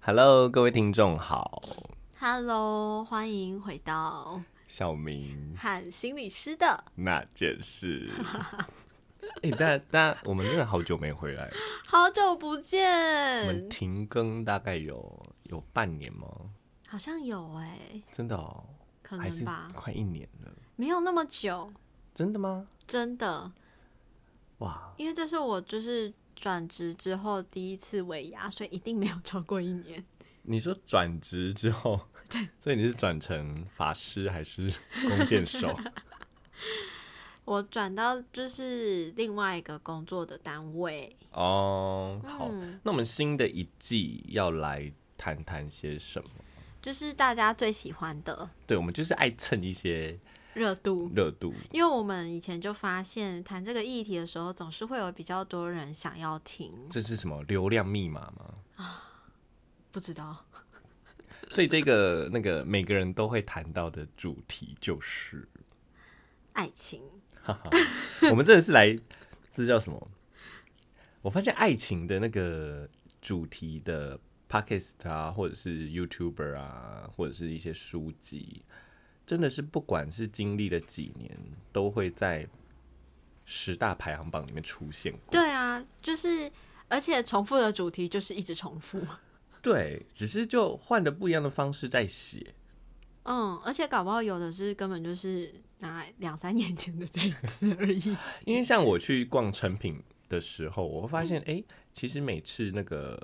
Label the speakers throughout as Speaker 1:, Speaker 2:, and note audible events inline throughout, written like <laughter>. Speaker 1: Hello，各位听众好，
Speaker 2: Hello，欢迎回到
Speaker 1: 小明
Speaker 2: 喊心理师的，
Speaker 1: 那件
Speaker 2: <laughs>
Speaker 1: 事。哎、大大，我们真的好久没回来了，
Speaker 2: 好久不
Speaker 1: 我们
Speaker 2: 见，
Speaker 1: 停更大概有有半年吗？
Speaker 2: 好像有哎、
Speaker 1: 真的哦，
Speaker 2: 可
Speaker 1: 还是
Speaker 2: 能吧，
Speaker 1: 快一年了，
Speaker 2: 没有那么久，
Speaker 1: 真的吗？
Speaker 2: 真的，
Speaker 1: 哇，
Speaker 2: 因为这是我就是转职之后第一次尾牙，所以一定没有超过一年。 <laughs>
Speaker 1: 你说转职之后， <laughs> 所以你是转成法师还是弓箭
Speaker 2: <laughs>
Speaker 1: 手？
Speaker 2: 我转到就是另外一个工作的单位，
Speaker 1: 哦、好，
Speaker 2: 嗯
Speaker 1: 那我们新的一季要来谈谈些什么？
Speaker 2: 就是大家最喜欢的
Speaker 1: 对，我们就是爱蹭一些
Speaker 2: 热度。
Speaker 1: 热度，
Speaker 2: 因为我们以前就发现谈这个议题的时候，总是会有比较多人想要听，
Speaker 1: 这是什么流量密码吗？
Speaker 2: 不知道
Speaker 1: 所以这个那个每个人都会谈到的主题 <laughs> 就是，
Speaker 2: 爱情。
Speaker 1: 我们真的是来，这叫什么？我发现爱情的那个主题的 podcast 啊，或者是 YouTuber 啊，或者是一些书籍，真的是不管是经历了几年，都会在十大排行榜里面出现过。
Speaker 2: 对啊，就是而且重复的主题就是一直重复。 <laughs>
Speaker 1: 对，只是就换了不一样的方式在写。
Speaker 2: 嗯，而且搞不好有的是根本就是拿两三年前的再一次而已。 <laughs>
Speaker 1: 因为像我去逛成品的时候，我会发现，哎、
Speaker 2: 嗯
Speaker 1: 其实每次那个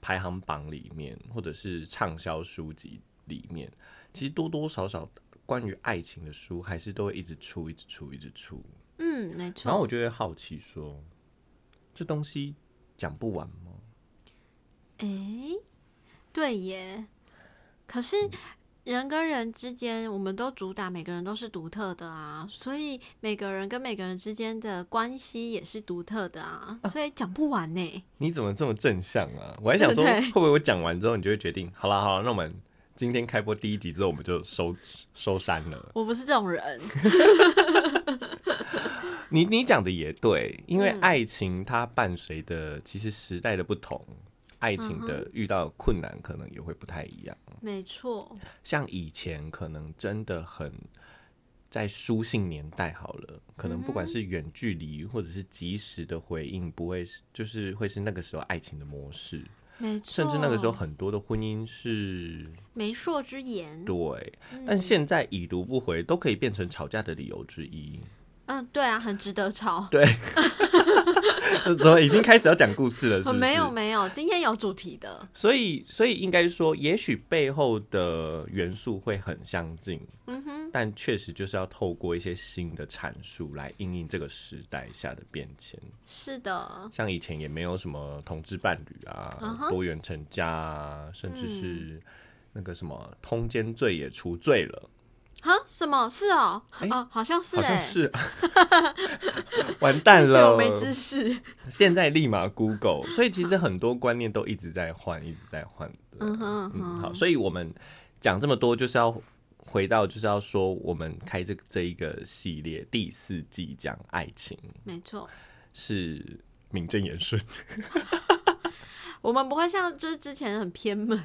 Speaker 1: 排行榜里面，或者是畅销书籍里面，其实多多少少关于爱情的书，还是都会一直出，一直出，一直出。
Speaker 2: 嗯，没
Speaker 1: 然后
Speaker 2: 错。
Speaker 1: 我就会好奇说，这东西讲不完吗？
Speaker 2: 哎、对耶。可是人跟人之间，我们都主打每个人都是独特的啊，所以每个人跟每个人之间的关系也是独特
Speaker 1: <laughs>
Speaker 2: 的啊，所以讲不完呢。
Speaker 1: 你怎么这么正向啊？我还想说，
Speaker 2: 对不
Speaker 1: 会
Speaker 2: 对
Speaker 1: 不会我讲完之后，你就会决定，好了好了，那我们今天开播第一集之后，我们就收收山了。
Speaker 2: 我不是这种人，
Speaker 1: 你你讲的也对，因为
Speaker 2: 嗯
Speaker 1: 爱情它伴随的其实时代的不同，爱情
Speaker 2: 嗯
Speaker 1: 的遇到困难可能也会不太一样。
Speaker 2: <laughs> 没错。
Speaker 1: 像以前可能真的很在书信年代好了，可能不管
Speaker 2: 嗯
Speaker 1: 是远距离或者是及时的回应，不会是就是会是那个时候爱情的模式，
Speaker 2: 没错，
Speaker 1: 甚至那个时候很多的婚姻是
Speaker 2: 媒妁之言，
Speaker 1: 对，
Speaker 2: 嗯
Speaker 1: 但现在已读不回都可以变成吵架的理由之一。 <laughs>
Speaker 2: 嗯，对啊，很值得吵。
Speaker 1: 对，怎么已经开始要讲故事 <laughs> 了？是
Speaker 2: 呃
Speaker 1: 不是？
Speaker 2: 没有没有，今天有主题的，
Speaker 1: 所以，所以应该说，也许背后的元素会很相近，
Speaker 2: 嗯哼，
Speaker 1: 但确实就是要透过一些新的阐述来应应这个时代下的变迁。
Speaker 2: 是的，
Speaker 1: 像以前也没有什么同志伴侣啊
Speaker 2: 嗯哼
Speaker 1: 多元成家啊，甚至
Speaker 2: 嗯
Speaker 1: 是那个什么通奸罪也除罪了，
Speaker 2: 哈，什么是哦？
Speaker 1: 哎
Speaker 2: 哦，好像是欸
Speaker 1: 好像
Speaker 2: 哎，
Speaker 1: 是， <laughs> 完蛋
Speaker 2: <laughs> 是我
Speaker 1: 了，
Speaker 2: 没知识，
Speaker 1: 现在立马 Google，所以其实很多观念都一直在换，一直在换的。
Speaker 2: 嗯哼
Speaker 1: 嗯，
Speaker 2: 嗯
Speaker 1: 好，
Speaker 2: 哼，
Speaker 1: 所以我们讲这么多，就是要回到，就是要说我们开这这一个系列第四季讲爱情
Speaker 2: 没错，
Speaker 1: 是名正言 <laughs> 顺，
Speaker 2: 我们不会像就是之前很偏门，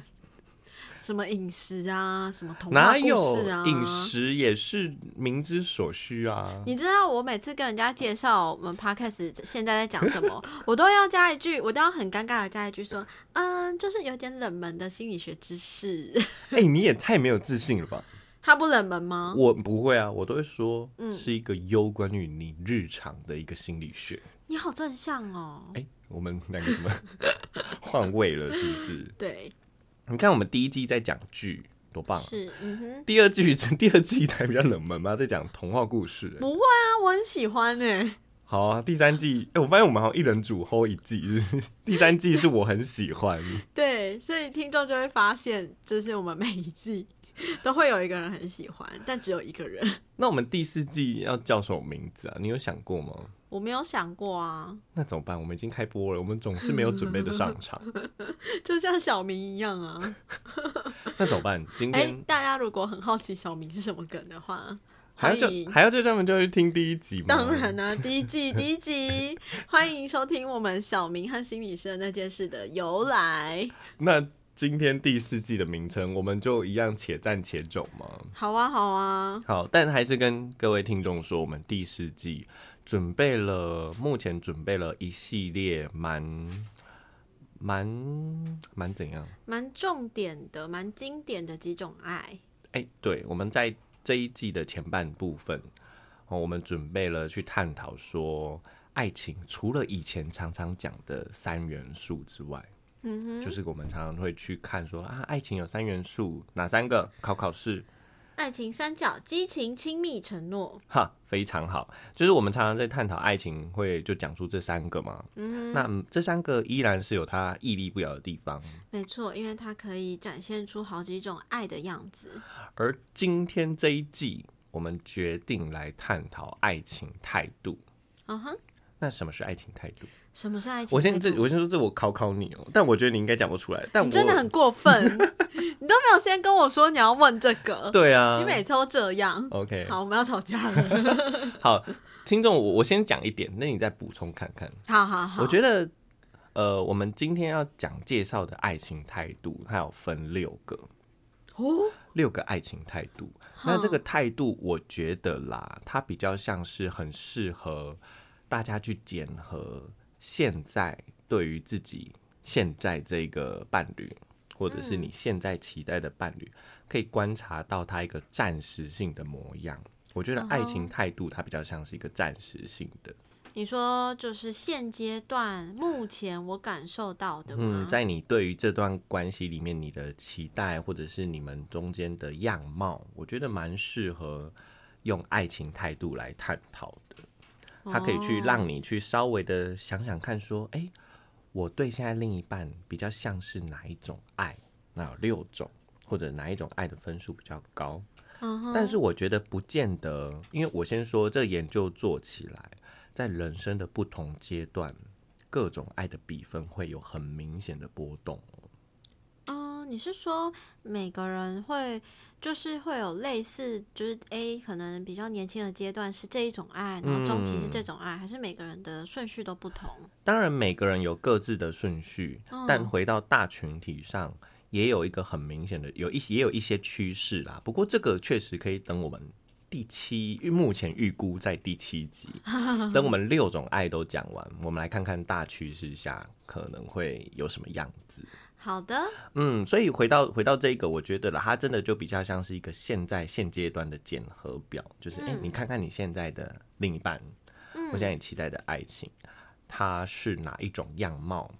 Speaker 2: <laughs> 什么饮食啊，什么童话
Speaker 1: 哪
Speaker 2: 故
Speaker 1: 有
Speaker 2: 事啊，
Speaker 1: 饮。食也是民之所需啊？
Speaker 2: 你知道我每次跟人家介绍我们 podcast 现在在讲什么， <laughs> 我都要加一句，我都要很尴尬的加一句说，嗯，就是有点冷门的心理学知识， <laughs>
Speaker 1: 哎、你也太没有自信了吧？
Speaker 2: 它不冷门吗？
Speaker 1: 我不会啊，我都会说是一个攸关于你日常的一个心理学。
Speaker 2: 你好正向哦，
Speaker 1: 哎、我们两个怎么 <laughs> 换位了？是不是？
Speaker 2: 对，
Speaker 1: 你看我们第一季在讲剧，多棒、啊！
Speaker 2: 是，嗯哼。
Speaker 1: 第二季第二季才比较冷门嘛，在讲童话故事、
Speaker 2: 不会啊，我很喜欢欸呢、
Speaker 1: 好啊，第三季，哎、我发现我们好像一人主 hold 一季，是不是 <laughs> 第三季是我很喜欢，
Speaker 2: <laughs> 对，所以听众就会发现，就是我们每一季都会有一个人很喜欢，
Speaker 1: <laughs>
Speaker 2: 但只有一个人。
Speaker 1: 那我们第四季要叫什么名字啊？你有想过吗？
Speaker 2: 我没有想过啊，
Speaker 1: 那怎么办？我们已经开播了，我们总是没有准备的上场，
Speaker 2: 就像小明一样啊。
Speaker 1: 那怎么办？今
Speaker 2: 哎、
Speaker 1: 天
Speaker 2: 大家如果很好奇小明是什么梗的话，
Speaker 1: 还要
Speaker 2: 欢
Speaker 1: 叫
Speaker 2: 迎。
Speaker 1: 还要嗯叫他们就去听第一集吗？
Speaker 2: 当然啦、第一季第一集， <laughs> 欢迎收听我们小明和心理师的那件事的由来。
Speaker 1: 那今天第四季的名称，我们就一样且战且走嘛。
Speaker 2: 好啊，好啊，
Speaker 1: 好，但还是跟各位听众说，我们第四季准备了，目前准备了一系列蛮蛮蛮怎样？
Speaker 2: 蛮重点的，蛮经典的几种爱。
Speaker 1: 哎、对，我们在这一季的前半部分，哦，我们准备了去探讨说，爱情除了以前常常讲的三元素之外，
Speaker 2: 嗯哼，
Speaker 1: 就是我们常常会去看说啊，爱情有三元素哪三个？考考试。
Speaker 2: 爱情三角：激情、亲密、承诺。
Speaker 1: 哈，非常好。就是我们常常在探讨爱情，会就讲出这三个嘛。
Speaker 2: 嗯，
Speaker 1: 那嗯这三个依然是有它屹立不摇的地方。
Speaker 2: 没错，因为它可以展现出好几种爱的样子。
Speaker 1: 而今天这一季，我们决定来探讨爱情态度。
Speaker 2: 嗯哼，
Speaker 1: 那什么是爱情态度？
Speaker 2: 什么是爱情态度？
Speaker 1: 我先这，我先说这，我考考你哦、但我觉得你应该讲不出来。但我
Speaker 2: 你真的很
Speaker 1: <laughs>
Speaker 2: 过分，你都没有先跟我说你要问这个，
Speaker 1: 对啊。
Speaker 2: 你每次都这样。
Speaker 1: OK
Speaker 2: <laughs> 好，我们要吵架
Speaker 1: <laughs>
Speaker 2: 了。
Speaker 1: 好，听众，我我先讲一点，那你再补充看看。
Speaker 2: 好好好，
Speaker 1: 我觉得，呃，我们今天要讲介绍的爱情态度，它有分六个。
Speaker 2: 哦，
Speaker 1: 六个爱情态度。
Speaker 2: 哼
Speaker 1: 那这个态度，我觉得啦，它比较像是很适合大家去检核现在对于自己现在这个伴侣，或者是你现在期待的伴侣，可以观察到他一个暂时性的模样。我觉得爱情态度它比较像是一个暂时性的，
Speaker 2: 你说就是现阶段目前我感受到的吗？
Speaker 1: 嗯，在你对于这段关系里面你的期待，或者是你们中间的样貌，我觉得蛮适合用爱情态度来探讨的。它可以
Speaker 2: 哦
Speaker 1: 去让你去稍微的想想看，说，哎、我对现在另一半比较像是哪一种爱？那有六种，或者哪一种爱的分数比较高？
Speaker 2: 嗯哼，
Speaker 1: 但是我觉得不见得，因为我先说这研究做起来，在人生的不同阶段，各种爱的比分会有很明显的波动。
Speaker 2: 哦，你是说每个人会就是会有类似，就是 A 可能比较年轻的阶段是这一种爱，然后中期是
Speaker 1: 嗯
Speaker 2: 这种爱，还是每个人的顺序都不同？
Speaker 1: 当然，每个人有各自的顺序，但回到大群体上，也有一个很明显的，有一也有一些趋势啦。不过这个确实可以等我们第七，目前预估在第七集，等我们六种爱都讲完，我们来看看大趋势下可能会有什么样子。
Speaker 2: 好的，
Speaker 1: 嗯，所以回到回到这个，我觉得啦，它真的就比较像是一个现在现阶段的检核表，就是哎、
Speaker 2: 嗯
Speaker 1: 诶你看看你现在的另一半，或者你期待的爱情，它是哪一种样貌？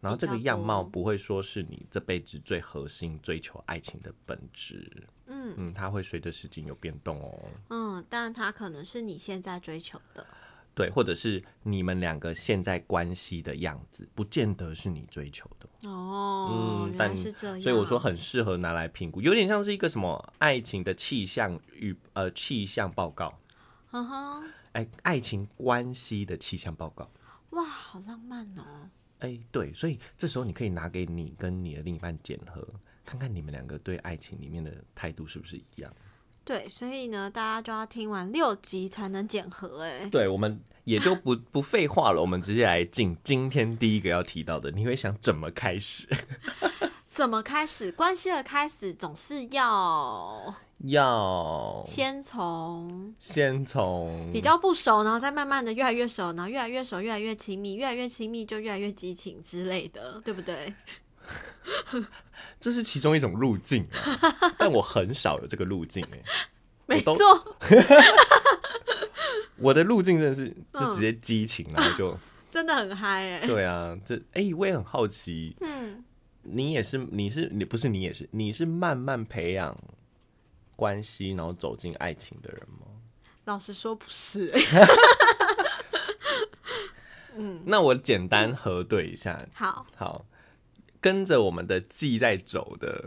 Speaker 1: 然后这个
Speaker 2: 比较
Speaker 1: 样貌
Speaker 2: 多
Speaker 1: 不会说是你这辈子最核心追求爱情的本质，
Speaker 2: 嗯
Speaker 1: 嗯，它会随着时间有变动哦。
Speaker 2: 嗯，但它可能是你现在追求的，
Speaker 1: 对，或者是你们两个现在关系的样子，不见得是你追求的。
Speaker 2: 哦，
Speaker 1: 嗯
Speaker 2: 原来
Speaker 1: 但
Speaker 2: 是这样，
Speaker 1: 所以我说很适合拿来评估，有点像是一个什么爱情的气象与呃气象报告，
Speaker 2: 嗯哼，
Speaker 1: 哎，爱情关系的气象报告。
Speaker 2: 哇，好浪漫哦，
Speaker 1: 哎，对，所以这时候你可以拿给你跟你的另一半检核，看看你们两个对爱情里面的态度是不是一样。
Speaker 2: 对，所以呢，大家就要听完六集才能检核，哎，
Speaker 1: 对，我们也就不 <laughs> 不废话了，我们直接来进今天第一个要提到的，你会想怎么开始？
Speaker 2: 怎么开始？关系的开始总是
Speaker 1: 哦
Speaker 2: 要
Speaker 1: 要
Speaker 2: 先从
Speaker 1: 先从
Speaker 2: 比较不熟，然后再慢慢的越来越熟，然后越来越熟，越来越亲密，越来越亲密就越来越激情之类的，对不对？ <laughs>
Speaker 1: 这是其中一种路径啊、 <laughs> 但我很少有这个路径哎、
Speaker 2: 没
Speaker 1: 都
Speaker 2: 错，
Speaker 1: 我的路径真的是就
Speaker 2: 嗯
Speaker 1: 直接激情，然后
Speaker 2: <laughs>
Speaker 1: 就
Speaker 2: 真的很嗨哎、
Speaker 1: 对啊，这哎、我也很好奇，
Speaker 2: 嗯，
Speaker 1: 你也是，你是你不是你也是，你是慢慢培养关系，然后走进爱情的人吗？
Speaker 2: 老实说不是、欸， <laughs> 嗯
Speaker 1: 那我简单核对一下，
Speaker 2: 好，
Speaker 1: 好，跟着我们的季在走的，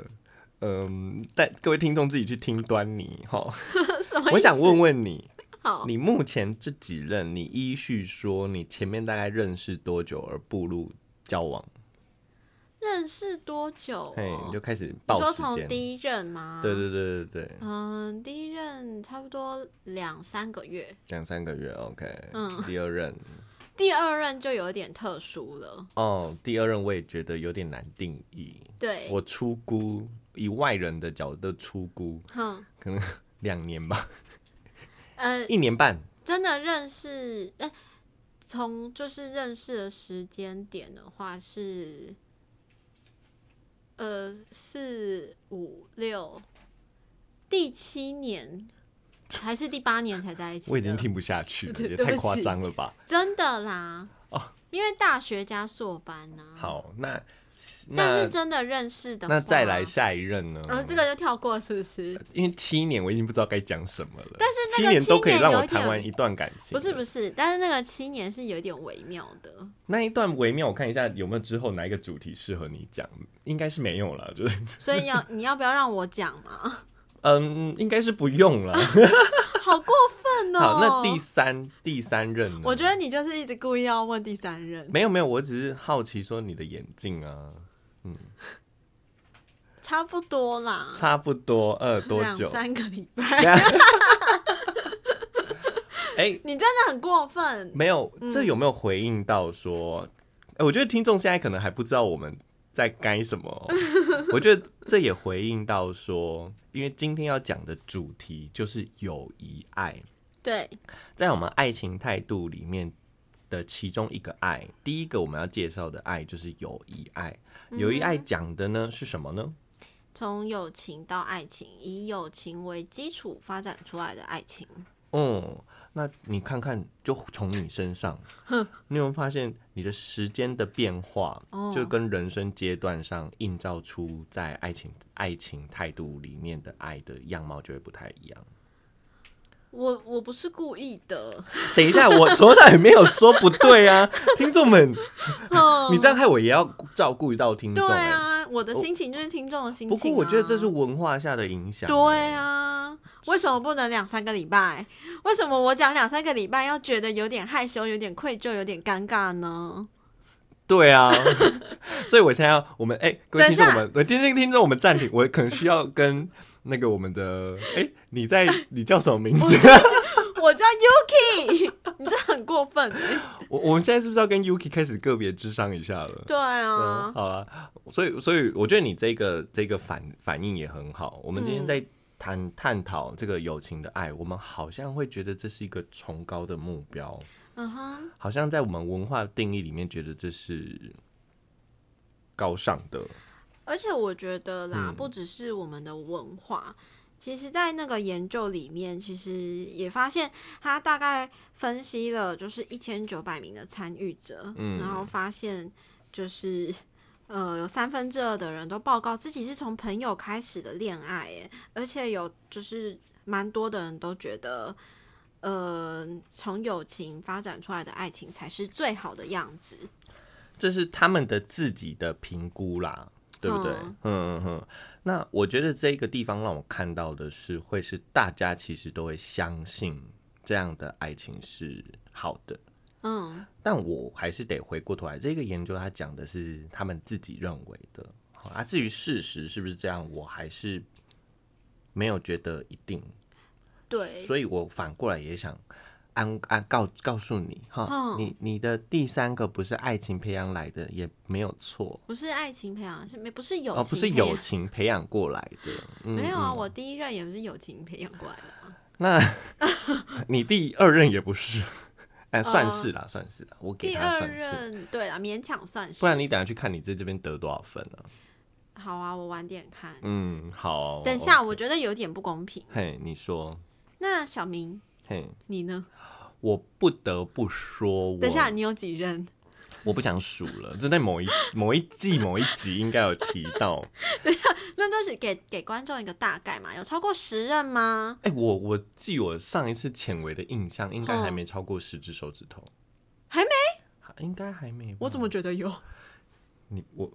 Speaker 1: 嗯，但各位听众自己去听端倪哈。
Speaker 2: <laughs> 什么意思？哦
Speaker 1: 我想问问你，
Speaker 2: 好，
Speaker 1: 你目前这几任，你依序说，你前面大概认识多久而步入交往？
Speaker 2: 认识多久、
Speaker 1: 嘿，你
Speaker 2: 哦？
Speaker 1: 就开始
Speaker 2: 你说
Speaker 1: 报时
Speaker 2: 从
Speaker 1: 间。
Speaker 2: 第一任吗？
Speaker 1: 对对对对对，
Speaker 2: 嗯，第一任差不多两三个月，
Speaker 1: 两三个月，OK。
Speaker 2: 嗯
Speaker 1: 第二任
Speaker 2: 第二任就有点特殊了。
Speaker 1: 哦，第二任我也觉得有点难定义，
Speaker 2: 对，
Speaker 1: 我出估以外人的角度出估，
Speaker 2: 哼，
Speaker 1: 可能 <laughs> 两年吧，
Speaker 2: 呃，
Speaker 1: 一年半。
Speaker 2: 真的认识，哎、从就是认识的时间点的话是，呃，四五六，第七年还是第八年才在一起的？
Speaker 1: 我已经听不下去了，
Speaker 2: 对
Speaker 1: 也
Speaker 2: 对不
Speaker 1: 太夸
Speaker 2: 起
Speaker 1: 张了吧？
Speaker 2: 真的啦，
Speaker 1: 哦
Speaker 2: 因为大学加硕班呐、啊。
Speaker 1: 好，那
Speaker 2: 但是
Speaker 1: 那
Speaker 2: 真的认识的话，
Speaker 1: 那再来下一任呢？
Speaker 2: 然后这个就跳过，是不是？
Speaker 1: 因为七年我已经不知道该讲什么了，
Speaker 2: 但是那
Speaker 1: 七
Speaker 2: 个
Speaker 1: 年
Speaker 2: 七
Speaker 1: 都可以
Speaker 2: 年
Speaker 1: 让
Speaker 2: 有
Speaker 1: 我
Speaker 2: 一
Speaker 1: 谈
Speaker 2: 点
Speaker 1: 完一段感情，
Speaker 2: 不是不
Speaker 1: 是？
Speaker 2: 是，但是那个七年是有一点微妙的。
Speaker 1: 那一段微妙，我看一下有没有之后哪一个主题适合你讲，应该是没有了，就是
Speaker 2: 所以要你要不要让我讲嘛？
Speaker 1: 嗯，应该是不用
Speaker 2: <laughs>
Speaker 1: 了。
Speaker 2: 好过分哦！
Speaker 1: 好，那第三第三任呢？
Speaker 2: 我觉得你就是一直故意要问第三任，
Speaker 1: 没有没有，我只是好奇说你的眼镜啊，
Speaker 2: 差不多啦，
Speaker 1: 差不多呃多
Speaker 2: 两
Speaker 1: 久？
Speaker 2: 三个礼拜。 <laughs>
Speaker 1: 等一下 <laughs> 哎、
Speaker 2: 你真的很过分，
Speaker 1: 没有，这有没有回应到说？哎、我觉得听众现在可能还不知道我们在干什么
Speaker 2: <laughs>
Speaker 1: 哦。我觉得这也回应到说，因为今天要讲的主题就是友谊爱，
Speaker 2: 对，
Speaker 1: 在我们爱情态度里面的其中一个爱，第一个我们要介绍的爱就是友谊爱。
Speaker 2: 嗯
Speaker 1: 友谊爱讲的呢是什么呢？
Speaker 2: 从友情到爱情，以友情为基础发展出来的爱情，
Speaker 1: 嗯，那你看看，就从你身
Speaker 2: <laughs>
Speaker 1: 上，你有没有发现你的时间的变化，
Speaker 2: 哦
Speaker 1: 就跟人生阶段上映照出在爱情爱情态度里面的爱的样貌就会不太一样。
Speaker 2: 我我不是故意的，
Speaker 1: 等一下，我 <laughs> 从来没有说不对啊，听众
Speaker 2: <laughs>
Speaker 1: 们，你这样害我也要照顾到听
Speaker 2: 哦对
Speaker 1: 众、欸。
Speaker 2: 啊，我的心情就是听众的心情、
Speaker 1: 不哎
Speaker 2: 啊。
Speaker 1: 过我觉得这是文化下的影响、
Speaker 2: 对，啊，为什么不能两三个礼拜？为什么我讲两三个礼拜要觉得有点害羞、有点愧疚、有点尴尬呢？
Speaker 1: 对啊， <laughs> 所以我现在要我们哎、各位
Speaker 2: 等
Speaker 1: 听
Speaker 2: 一
Speaker 1: 众，
Speaker 2: 下
Speaker 1: 我们我今天听众，我们暂停，我可能需要跟那个我们的哎、你在你叫什么名字？
Speaker 2: 我叫 Yuki，你这很过
Speaker 1: <laughs>
Speaker 2: 分、欸
Speaker 1: 我我们现在是不是要跟 Yuki 开始个别智商一下了？
Speaker 2: 对
Speaker 1: 嗯，
Speaker 2: 啊，
Speaker 1: 好啊，所以所以我觉得你这个这个反反应也很好。我们今天
Speaker 2: 嗯
Speaker 1: 在谈探讨这个友情的爱，我们好像会觉得这是一个崇高的目标，
Speaker 2: 嗯哼，
Speaker 1: 好像在我们文化定义里面觉得这是高尚的。
Speaker 2: 而且我觉得啦，
Speaker 1: 嗯
Speaker 2: 不只是我们的文化，其实在那个研究里面，其实也发现他大概分析了就是一千九百名的参与者，
Speaker 1: 嗯
Speaker 2: 然后发现就是。呃，有三分之二的人都报告自己是从朋友开始的恋爱，耶，而且有就是蛮多的人都觉得，呃，从友情发展出来的爱情才是最好的样子。
Speaker 1: 这是他们的自己的评估啦，对不对？嗯
Speaker 2: 嗯
Speaker 1: 嗯哼。那我觉得这个地方让我看到的是，会是大家其实都会相信这样的爱情是好的，
Speaker 2: 嗯，
Speaker 1: 但我还是得回过头来，这个研究它讲的是他们自己认为的。好啊，至于事实是不是这样，我还是没有觉得一定。
Speaker 2: 对，
Speaker 1: 所以我反过来也想安安告告诉你哈，
Speaker 2: 嗯
Speaker 1: 你你的第三个不是爱情培养来的，也没有错。
Speaker 2: 不是爱情培养，是没不是友情、
Speaker 1: 哦，不是友，情培养过来的。 <laughs> 嗯、
Speaker 2: 没有啊，我第一任也不是友情培养过来的啊。
Speaker 1: 那你第二任也不是，哎，算是啦，算是啦，我给
Speaker 2: 嗯第
Speaker 1: 他
Speaker 2: 二
Speaker 1: 算是。
Speaker 2: 任对啊，勉强算是。
Speaker 1: 不然你等下去看你在这边得多少分啊？
Speaker 2: 好啊，我晚点看。
Speaker 1: 嗯，好。
Speaker 2: 等一下，我觉得有点不公平。
Speaker 1: 嘿，你说，
Speaker 2: 那小明，
Speaker 1: 嘿，
Speaker 2: 你呢？
Speaker 1: 我不得不说我，啊
Speaker 2: 等一下，你有几任？
Speaker 1: 我不想数了，这在某一某一季某一集应该有提到。
Speaker 2: 那都是给给观众一个大概嘛，有超过十任吗？
Speaker 1: 哎、我我记我上一次浅微的印象，应该还没超过十只手指头，
Speaker 2: 嗯
Speaker 1: 啊
Speaker 2: 还没？
Speaker 1: 应该还没吧。
Speaker 2: 我怎么觉得
Speaker 1: <laughs>
Speaker 2: 有？
Speaker 1: 你我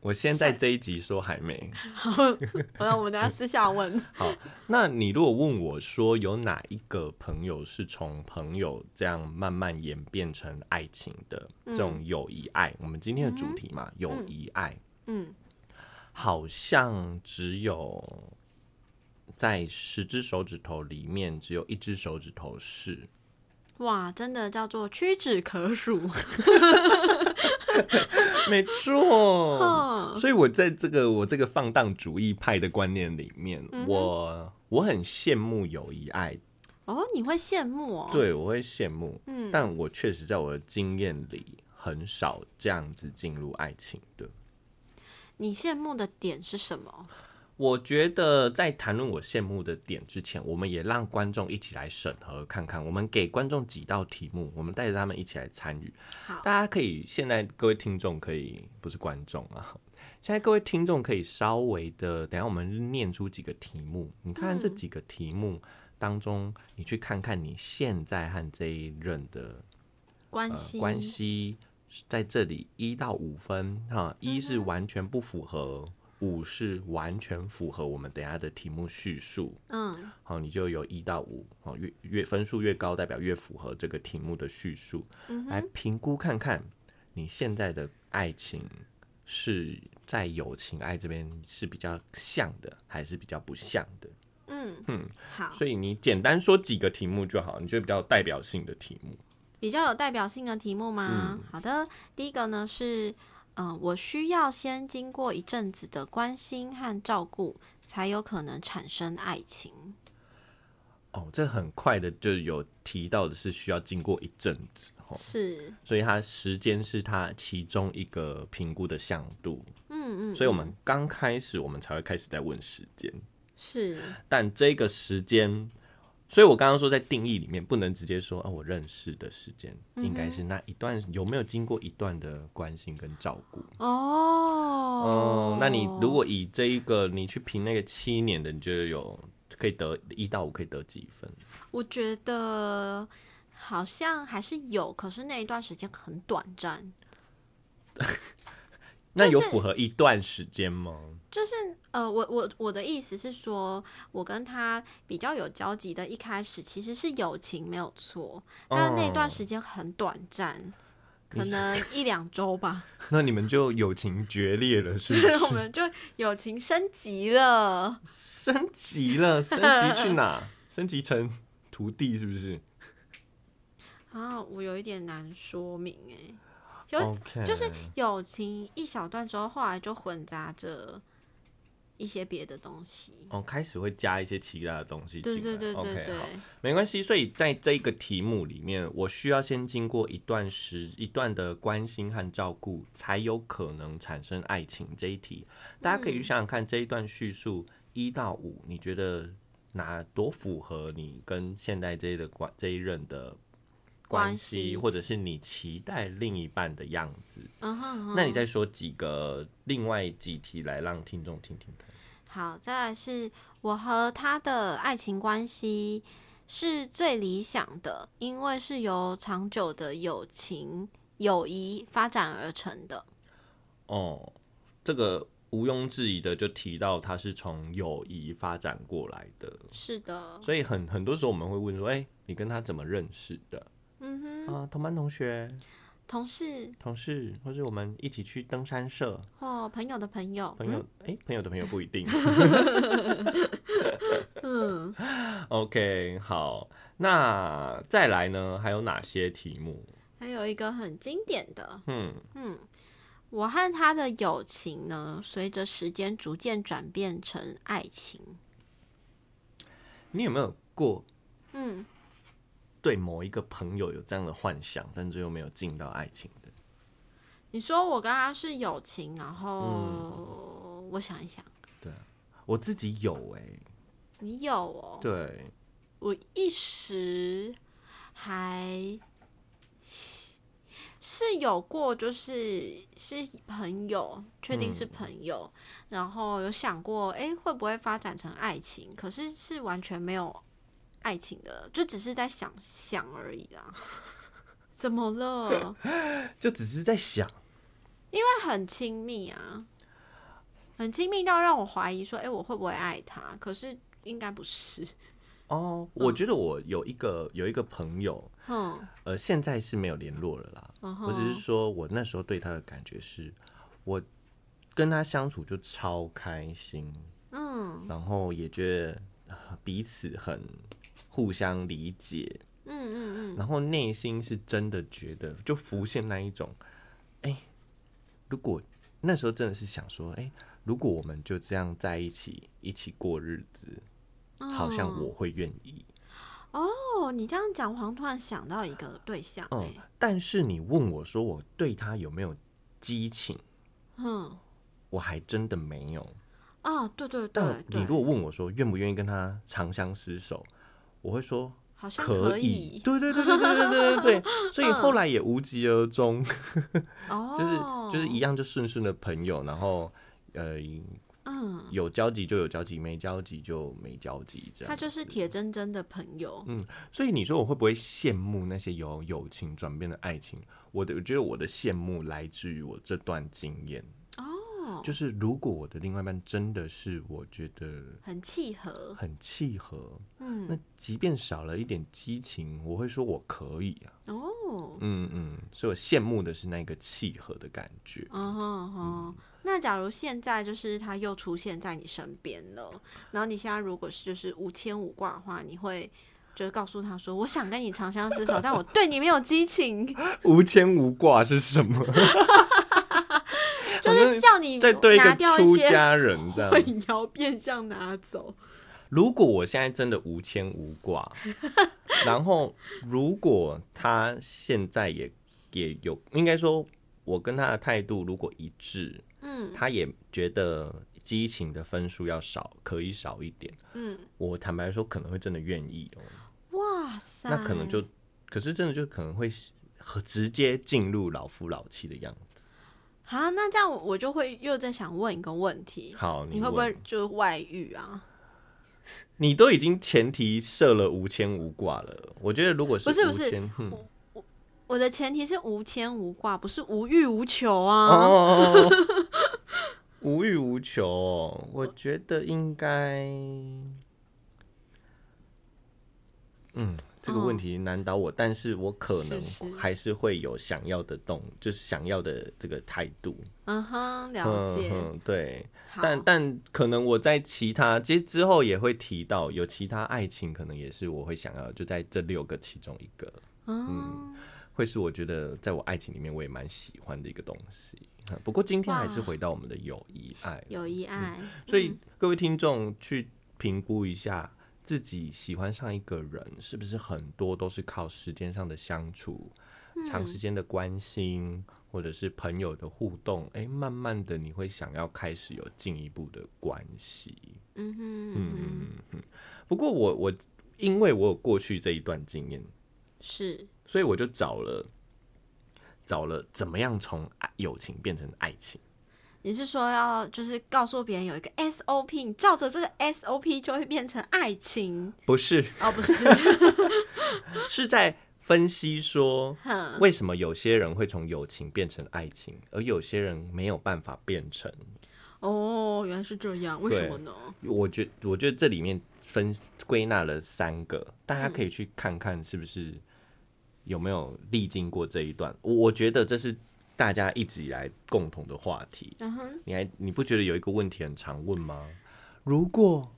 Speaker 1: 我先在这一集说还没。
Speaker 2: 好了，我们等一下私
Speaker 1: <laughs>
Speaker 2: 下问。
Speaker 1: 好，那你如果问我说有哪一个朋友是从朋友这样慢慢演变成爱情的
Speaker 2: 嗯
Speaker 1: 这种友谊爱，我们今天的主题嘛，友谊爱，
Speaker 2: 嗯，
Speaker 1: 好像只有在十只手指头里面只有一只手指头是。
Speaker 2: 哇，真的叫做屈指可
Speaker 1: <laughs>
Speaker 2: 数。
Speaker 1: 没错。
Speaker 2: 嗯
Speaker 1: 所以，我在这个我这个放荡主义派的观念里面，
Speaker 2: 嗯
Speaker 1: 我我很羡慕友谊爱，
Speaker 2: 哦，你会羡慕哦？，
Speaker 1: 对我会羡慕，
Speaker 2: 嗯，
Speaker 1: 但我确实在我的经验里很少这样子进入爱情的。
Speaker 2: 你羡慕的点是什么？
Speaker 1: 我觉得在谈论我羡慕的点之前，我们也让观众一起来审核看看。我们给观众几道题目，我们带着他们一起来参与
Speaker 2: 好。
Speaker 1: 大家可以现在各位听众可以不是观众啊，现在各位听众可以稍微的，等一下我们念出几个题目，你看这几个题目当中，你去看看你现在和这一任的
Speaker 2: 关
Speaker 1: 呃
Speaker 2: 系、
Speaker 1: 关系在这里一到五分哈，一是完全不符合，五是完全符合我们等一下的题目叙述。
Speaker 2: 嗯，
Speaker 1: 好，你就有一到五，好，越越分数越高，代表越符合这个题目的叙述。来评估看看你现在的爱情是在友情爱这边是比较像的，还是比较不像的？
Speaker 2: 嗯
Speaker 1: 嗯
Speaker 2: 嗯，好，
Speaker 1: 所以你简单说几个题目就好，你觉得比较有代表性的题目。
Speaker 2: 比较有代表性的题目吗？
Speaker 1: 嗯
Speaker 2: 好的，第一个呢是，呃，我需要先经过一阵子的关心和照顾，才有可能产生爱情。
Speaker 1: 哦，这很快的就有提到的是需要经过一阵子哦，
Speaker 2: 是，
Speaker 1: 所以它时间是它其中一个评估的向度，
Speaker 2: 嗯嗯，
Speaker 1: 所以我们刚开始我们才会开始在问时间，
Speaker 2: 是，
Speaker 1: <laughs> 但这个时间，所以我刚刚说在定义里面不能直接说啊，我认识的时间应该是那一段有没有经过一段的关心跟照顾。
Speaker 2: 哦
Speaker 1: 哦，，那你如果以这一个你去评那个七年的，你觉得有可以得一到五可以得几分？
Speaker 2: 我觉得好像还是有，可是那一段时间很短暂。
Speaker 1: 那有符合一段时间吗？
Speaker 2: 就是呃，我我我的意思是说，我跟他比较有交集的，一开始其实是友情没有错，
Speaker 1: 嗯
Speaker 2: 但那
Speaker 1: 哦
Speaker 2: 段时间很短暂，可
Speaker 1: <laughs>
Speaker 2: 能一两周吧，
Speaker 1: 那你们就友情决裂了，是不
Speaker 2: <laughs> 我
Speaker 1: 是？
Speaker 2: 们就友情升级了。
Speaker 1: 升级了，升级去哪？升级成徒弟是不是
Speaker 2: 啊，我有一点难说明哎、有
Speaker 1: ？OK，
Speaker 2: 就是友情一小段之后，后来就混杂着一些别的东西。
Speaker 1: 哦，开始会加一些其他的东西进
Speaker 2: 对
Speaker 1: 来。
Speaker 2: 对对对
Speaker 1: OK，
Speaker 2: 对
Speaker 1: 好，没关系。所以在这个题目里面，我需要先经过一段时一段的关心和照顾，才有可能产生爱情这一题。大家可以
Speaker 2: 嗯
Speaker 1: 去想想看，这一段叙述一到五，你觉得哪多符合你跟现在这一的关这一任的关
Speaker 2: 关
Speaker 1: 系，
Speaker 2: 系
Speaker 1: 或者是你期待另一半的样子？
Speaker 2: 嗯哼嗯哼
Speaker 1: 那你再说几个另外几题来让听众听听看。
Speaker 2: 好，再来是我和他的爱情关系是最理想的，因为是由长久的友情、友谊发展而成的。
Speaker 1: 哦，这个毋庸置疑的就提到它是从友谊发展过来的，
Speaker 2: 是的，
Speaker 1: 所以很很多时候我们会问说，哎、你跟他怎么认识的？
Speaker 2: 嗯哼，
Speaker 1: 啊，同班同学、
Speaker 2: 同事
Speaker 1: 同事，或是我们一起去登山社，
Speaker 2: 或朋友的朋友，
Speaker 1: 朋友，哎、朋友的朋友不一定。
Speaker 2: <laughs> 嗯，
Speaker 1: <laughs> OK，好，那再来呢，还有哪些题目？
Speaker 2: 还有一个很经典的，
Speaker 1: 嗯，
Speaker 2: 嗯，我和他的友情呢，随着时间逐渐转变成爱情。
Speaker 1: 你有没有过
Speaker 2: 嗯，
Speaker 1: 对某一个朋友有这样的幻想，但最后没有进到爱情的？
Speaker 2: 你说我跟他是友情，然后我想一想，
Speaker 1: 我自己有哎、
Speaker 2: 你有哦，
Speaker 1: 对，
Speaker 2: 我一时还是有过，就是是朋友，确定
Speaker 1: 嗯
Speaker 2: 是朋友，然后有想过，诶，会不会发展成爱情？可是是完全没有爱情的，就只是在想想而已啊 <laughs> 啦。怎么了？
Speaker 1: 就只是在想。
Speaker 2: 因为很亲密啊，很亲密到让我怀疑说，诶，我会不会爱他？可是应该不是，
Speaker 1: 哦，我觉得我有一个有一个朋友，
Speaker 2: 嗯，
Speaker 1: 呃，现在是没有联络了啦。
Speaker 2: 然后
Speaker 1: 我只是说我那时候对他的感觉是，我跟他相处就超开心，
Speaker 2: 嗯
Speaker 1: 然后也觉得呃彼此很互相理解，
Speaker 2: 嗯嗯嗯嗯，
Speaker 1: 然后内心是真的觉得就浮现那一种，哎、如果那时候真的是想说，哎、如果我们就这样在一起一起过日子，好像我会愿意。
Speaker 2: 哦，你这样讲，黄突然想到一个对象、
Speaker 1: 嗯
Speaker 2: 欸，
Speaker 1: 但是你问我说我对他有没有激情，
Speaker 2: 嗯，
Speaker 1: 我还真的没有。
Speaker 2: 哦，对对
Speaker 1: 但
Speaker 2: 对
Speaker 1: 你
Speaker 2: 对，
Speaker 1: 如果问我说愿不愿意跟他长相厮守，我会说
Speaker 2: 好像
Speaker 1: 可以。
Speaker 2: 以，
Speaker 1: 对对对对对对对对对，所以后来也无疾而终，
Speaker 2: 哦，
Speaker 1: 就是就是一，样就顺顺的朋友，然后呃
Speaker 2: 嗯，
Speaker 1: 有交集就有交集，没交集就没交集这样。嗯
Speaker 2: 他就是铁铮铮的朋友，
Speaker 1: 所以你说我会不会羡慕那些有友情转变的爱情？我的我觉得我的羡慕来自于我这段经验。
Speaker 2: 哦，
Speaker 1: 就是如果我的另外一半真的是我觉得
Speaker 2: 很契合，
Speaker 1: 很契合，
Speaker 2: 嗯，
Speaker 1: 那即便少了一点激情，我会说我可以啊，
Speaker 2: 哦，
Speaker 1: 嗯嗯，所以我羡慕的是那个契合的感觉。
Speaker 2: 嗯哼哼，那假如现在就是他又出现在你身边了，然后你现在如果是就是无牵无挂的话，你会就是告诉他说，我想跟你长相厮守，但我对你没有激情，
Speaker 1: 无牵无挂是什 <laughs> 么？
Speaker 2: 就是叫你
Speaker 1: 在对一
Speaker 2: 拿
Speaker 1: 个
Speaker 2: 掉一
Speaker 1: 出
Speaker 2: 些
Speaker 1: 家人这样。
Speaker 2: 混淆变相拿走。
Speaker 1: 如果我现在真的无牵无挂， <laughs> 然后如果他现在也也有，应该说，我跟他的态度如果一致，
Speaker 2: 嗯
Speaker 1: 他也觉得激情的分数要少，可以少一点。
Speaker 2: 嗯，
Speaker 1: 我坦白说，可能会真的愿意哦。
Speaker 2: 哇塞，
Speaker 1: 那可能就，可是真的就可能会和直接进入老夫老妻的样子。
Speaker 2: 啊，那这样我我就会又在想问一个问题，
Speaker 1: 好，
Speaker 2: 你会
Speaker 1: 问
Speaker 2: 不会？就是外遇啊？
Speaker 1: 你都已经前提设了无牵无挂了，我觉得如果是
Speaker 2: 不是不
Speaker 1: 无
Speaker 2: 是
Speaker 1: 牵哼
Speaker 2: 我的前提是无牵无挂，不是无欲无求啊。
Speaker 1: 哦，
Speaker 2: <laughs>
Speaker 1: 无欲无求哦，我觉得应该，嗯，这个问题难倒我，但是我可能
Speaker 2: 是是
Speaker 1: 还是会有想要的动，就是想要的这个态度，
Speaker 2: 嗯哼，了解。
Speaker 1: 嗯嗯，对，
Speaker 2: 好，
Speaker 1: 但但可能我在其他，其实之后也会提到有其他爱情，可能也是我会想要，就在这六个其中一个，
Speaker 2: 嗯，
Speaker 1: 会是我觉得在我爱情里面我也蛮喜欢的一个东西。啊不过今天还是回到我们的友谊爱，
Speaker 2: 友谊爱，
Speaker 1: 所以各位听众去评估一下自己喜欢上一个人是不是很多都是靠时间上的相处、长时间的关心，或者是朋友的互动，诶，慢慢的你会想要开始有进一步的关系。
Speaker 2: 嗯哼，嗯哼，
Speaker 1: 不过我我因为我有过去这一段经验，
Speaker 2: 是，
Speaker 1: 所以我就找了找了怎么样从爱友情变成爱情。
Speaker 2: 你是说要就是告诉别人有一个 SOP，你照着这个 SOP 就会变成爱情？
Speaker 1: 不是，
Speaker 2: 哦，
Speaker 1: <laughs>
Speaker 2: 不是，
Speaker 1: 是在分析说为什么有些人会从友情变成爱情，而有些人没有办法变成。
Speaker 2: 哦，原来是这样，为什么呢？
Speaker 1: 我觉我觉得这里面分归纳了三个，大家可以去看看是不是有没有历经过这一段。我我觉得这是大家一直以来共同的话题。
Speaker 2: 嗯哼，
Speaker 1: 你还你不觉得有一个问题很常问吗？如果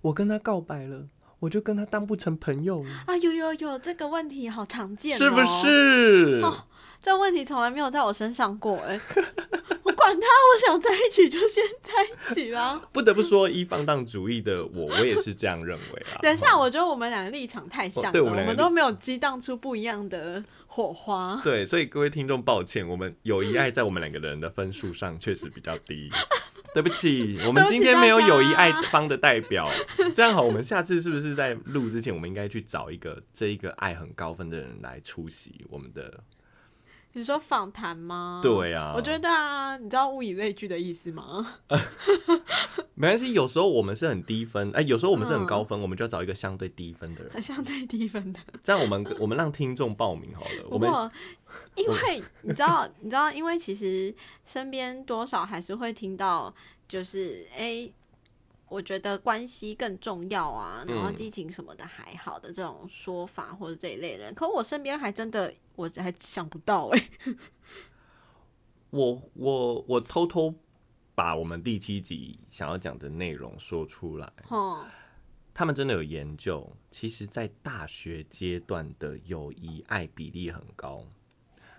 Speaker 1: 我跟他告白了，我就跟他当不成朋友了，
Speaker 2: 啊，有有有，这个问题好常见、哦，
Speaker 1: 是不？是？
Speaker 2: 哦这问题从来没有在我身上过、哎，我管他，我想在一起就先在一起
Speaker 1: <laughs>
Speaker 2: 啦。
Speaker 1: 不得不说，以放荡主义的我，我也是这样认为啊。
Speaker 2: 等一下，我觉得我们俩立场太像了，
Speaker 1: 哦对我
Speaker 2: 我
Speaker 1: 们两个
Speaker 2: 们
Speaker 1: 立
Speaker 2: 都没有激荡出不一样的火花。
Speaker 1: 对，所以各位听众，抱歉，我们友谊爱在我们两个人的分数上确实比较低， <laughs> 对不起，我们今天没有友谊爱方的代表。这样好，我们下次是不是在录之前，我们应该去找一个这一个爱很高分的人来出席我们的？
Speaker 2: 你说访谈吗？
Speaker 1: 对啊，
Speaker 2: 我觉得啊，你知道物以类聚的意思吗？ <laughs>
Speaker 1: 没关系，有时候我们是很低分，哎、有时候我们是很
Speaker 2: 嗯
Speaker 1: 高分，我们就要找一个相对低分的人，
Speaker 2: 很像最低分的。
Speaker 1: 这样我
Speaker 2: <laughs>
Speaker 1: 们我们让听众报名好了。我
Speaker 2: 不
Speaker 1: 们
Speaker 2: 过，因为你知道，你知道，因为其实身边多少还是会听到，就是哎、诶我觉得关系更重要啊，然后
Speaker 1: 嗯
Speaker 2: 激情什么的还好的这种说法或者这一类人，可我身边还真的我还想不到哎、
Speaker 1: 我我我偷偷把我们第七集想要讲的内容说出来，
Speaker 2: 哦，
Speaker 1: 他们真的有研究，其实，在大学阶段的友谊爱比例很高，